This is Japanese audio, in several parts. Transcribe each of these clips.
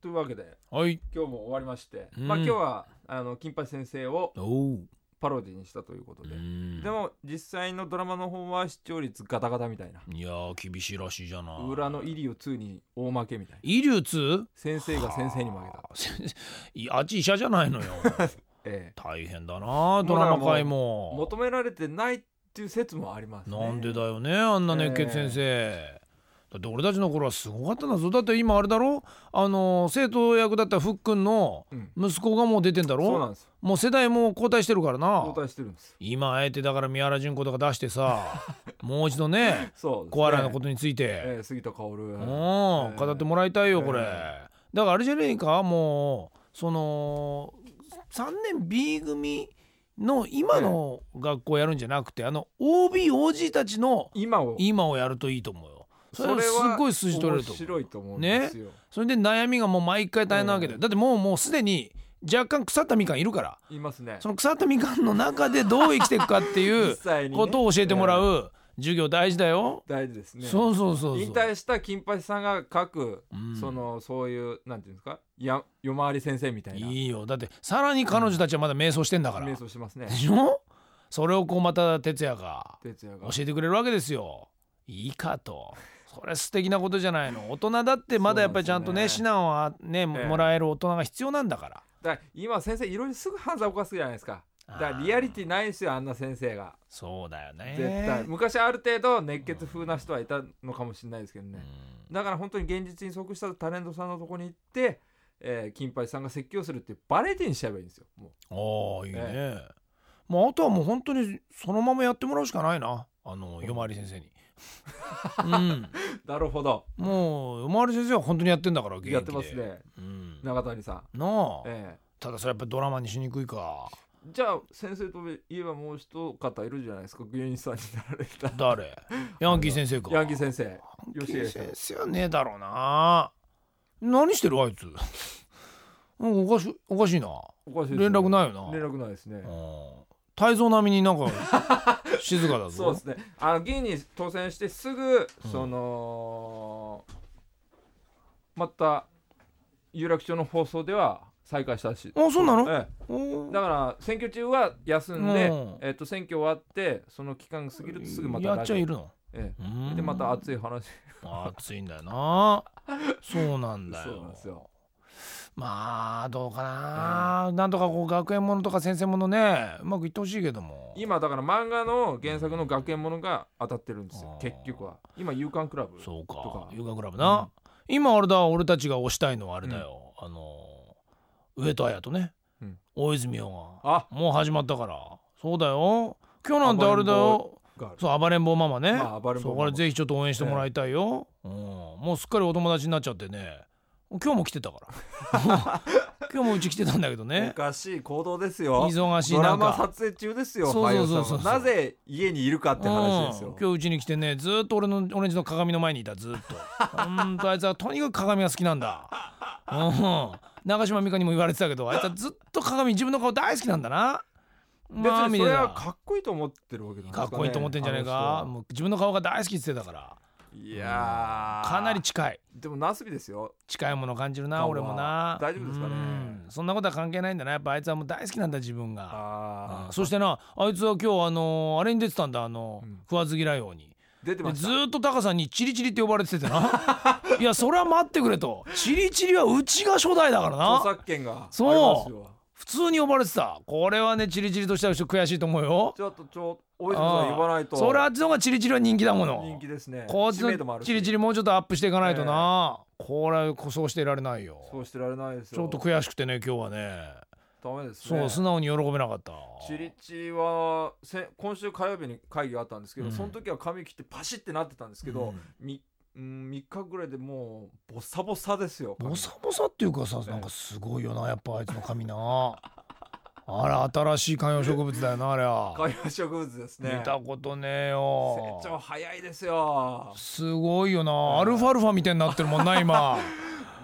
というわけではい。今日も終わりまして、うんまあ今日はあの金八先生をおう。パロディにしたということで、んでも実際のドラマの方は視聴率ガタガタみたいないやー、厳しいらしいじゃない。裏のイリオ2に大負けみたいなイリューツ先生が先生に負けたはあ先生いやあっち医者じゃないのよ え大変だなドラマ界えも求められてないっていう説もありますねなんでだよねあんな熱血先生、だって俺たちの頃はすごかったんだぞだって今あれだろあの生徒役だったふっくんのうん息子がもう出てんだそうなろんですもう世代もう交代してるからな交代してるんです今あえてだから宮原純子とか出してさもう一 度ねそうですね小笑いのことについて、ええ杉田薫うえんえ語ってもらいたいよこれ、えだからあれじゃねえかもうその3年 B 組の今の学校やるんじゃなくて、あの OBOG たちの今を今をやるといいと思うよそれははすっごい数字取れると面思う白いと思うんですよ、それで悩みがもう毎回大変なわけだよ、だってもうもうすでに若干腐ったみかんいるからいますねその腐ったみかんの中でどう生きていくかってい実 う際に、ね、ことを教えてもらええう授業大事だよ、大事ですねそうそうそうそう引退した金八さんが書く、うんそのそういうなんていうんですかや夜回り先生みたいないいよだってさらに彼女たちはまだ瞑想してんだから、瞑想してますねでしょそれをこうまた哲也が哲也が教えてくれるわけですよいいかとそれ素敵なことじゃないの大人だってまだやっぱりちゃんとね指そう南はねええもらえる大人が必要なんだからだから今先生いろいろすぐ犯罪犯すじゃないですかだからリアリティないですよあんな先生がそうだよね絶対うん昔ある程度熱血風な人はいたのかもしれないですけどねだから本当に現実に即したタレントさんのとこに行って、えー、金八さんが説教するっていうバレエティにしちゃえばいいんですよもああいいね、えまあ、あとはもう本当にそのままやってもらうしかないなあの夜回り先生にうんうなるほどもう夜回り先生は本当にやってんだから現役でやってますねうん、な中谷さん、あ、えただそれやっぱドラマにしにくいかーじゃあ先生といえばもう一方いるじゃないですか芸人さんになられた誰 ヤンキー先生かヤンキー先生ヤンキよーし先生はねえだろうな何してるあいつ うんおかしおかしいなおかしいですね連絡ないよな連絡ないですねうん泰造並みになんか 静かだぞそうですねあの議員に当選してすぐ、うんそのまた有楽町の放送では再開したらしいあそうなのええおーだから選挙中は休んで、うんえっと選挙終わってその期間過ぎるとすぐまたやっちゃラジいるのオえうえんでまた熱い話暑いんだよなそうなん だよそうなんですよまあどうかな、なんとかこう学園ものとか先生ものねうまくいってほしいけども今だから漫画の原作の学園ものが当たってるんですうよん結局は今夕刊クラブそうとかか遊楽クラブな、今あれだ俺たちが推したいのはあれだよ、あの上戸彩とね、うん大泉洋があもう始まったからそうだよ今日なんてあれだよがあるそう暴れん坊ママね、まあ暴れん坊ママそうこれぜひちょっと応援してもらいたいよ、うん、もうすっかりお友達になっちゃってね今日も来てたから 今日もうち来てたんだけどねおかしい行動ですよ忙しいドラマ中撮影中ですよそうそうそうそ俳う優さんはなぜ家にいるかって話ですうんよ今日うちに来てねずーっと俺のオレンジの鏡の前にいたずーっとほんとあいつはとにかく鏡が好きなんだうん長島美香にも言われてたけどあいつはずっと鏡自分の顔大好きなんだな別まあにそれは見てたかっこいいと思ってるわけなんですかかねっこいいと思ってんじゃないかあのもう自分の顔が大好きって言ってたから人はいやーかなり近いでもなすびですよ近いもの感じるな顔は俺もな大丈夫ですかねうんそんなことは関係ないんだなやっぱあいつはもう大好きなんだ自分があうんーそしてなあいつは今日あのーあれに出てたんだあのーうん食わず嫌い王に出てでましずたーっとタカさんにチリチリって呼ばれててな いやそれは待ってくれとチリチリはうちが初代だから著な作権がありますそうよ普通に呼ばれてたこれはねチリチリとしてはちょっと悔しいと思うよちょっとちょ大泉さん呼ばないとそれあっちの方がチリチリは人気だもの人気ですねこっち知名度もあのるしチリチリもうちょっとアップしていかないとな、これはそうしていられないよそうしてられないですちょよっと悔しくてね今日はねダメですそうね素直に喜べなかったチリチリはせ今週火曜日に会議があったんですけど、うんその時は髪切ってパシってなってたんですけど、みうん、3日ぐらいでもうボサボサですよボサボサっていうかさなんかすごいよなやっぱあいつの髪なあれ新しい観葉植物だよなあれは観葉植物ですね見たことね成えよ長早いですよすごいよなアルファルファみたいになってるもんな 今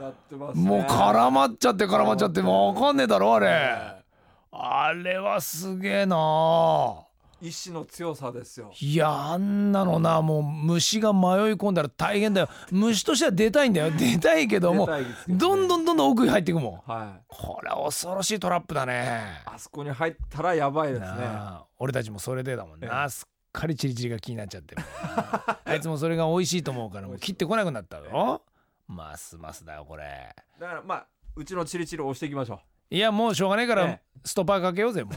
なってますねもう絡まっちゃって絡まっちゃってもう分かんねえだろあれえあれはすげえなえ意志の強さですよいやあんなのなもう虫が迷い込んだら大変だよ虫としては出たいんだよ出たいけども出たいですけどんどんんどんどん奥に入っていくもんはいこれは恐ろしいトラップだねあそこに入ったらやばいですねなあ俺たちもそれでだもんえなすっかりチリチリが気になっち ゃってもうなあいつもそれが美味しいと思うからもう切ってこなくなったよますますだよこれだからまあうちのチリチリを押していきましょいやもうしょうがないかえらえストッパーかけようぜも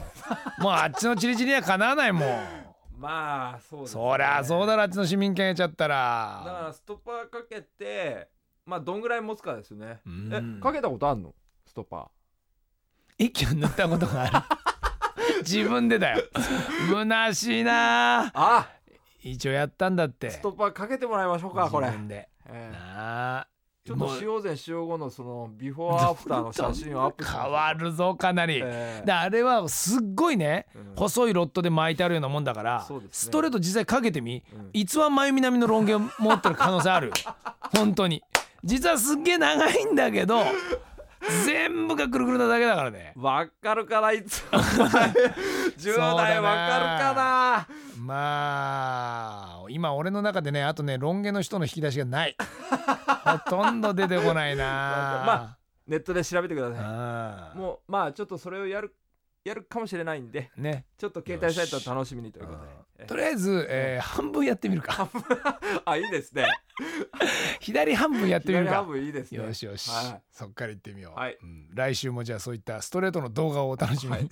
うもうあっちのチリチリにはかなわないもんうまあそうです、ね、そりゃそうだろあっちの市民権得ちゃっただかららストッパーかけてまあどんぐらい持つかですよねうえんかけたことあんのストッパ息を塗ったこ とがある自分でだよ虚しいなーあ一応やったんだってストッパーかけてもらいましょうかこれ自、分でええなあちょっともう使用前使用後のそのビフォーアフターの写真をアップしましょう変わるぞかなり、ええであれはすっごいねうん細いロットで巻いてあるようなもんだから、そうですねストレート実際かけてみうん逸話真由美並みのロン毛を持ってる可能 性あるよ本当に実はすっげえ長いんだけど全部がくるくるなだけだからねわかるかないつ10そうだ代なわかるかまあ今俺の中でねあとねロン毛の人の引き出しがないほとんど出てこないな まなネットで調べてくださあいもうまあちょっとそれをやるやるかもしれないんでうねちょっと携帯サイトを楽しみにということでえとりあえず、えー半分やってみるかえあいいですね左半分やってみる左か半分いいですねよしよし、はいそっから行ってみよう、はいうん来週もじゃあそういったストレートの動画をお楽しみに、はい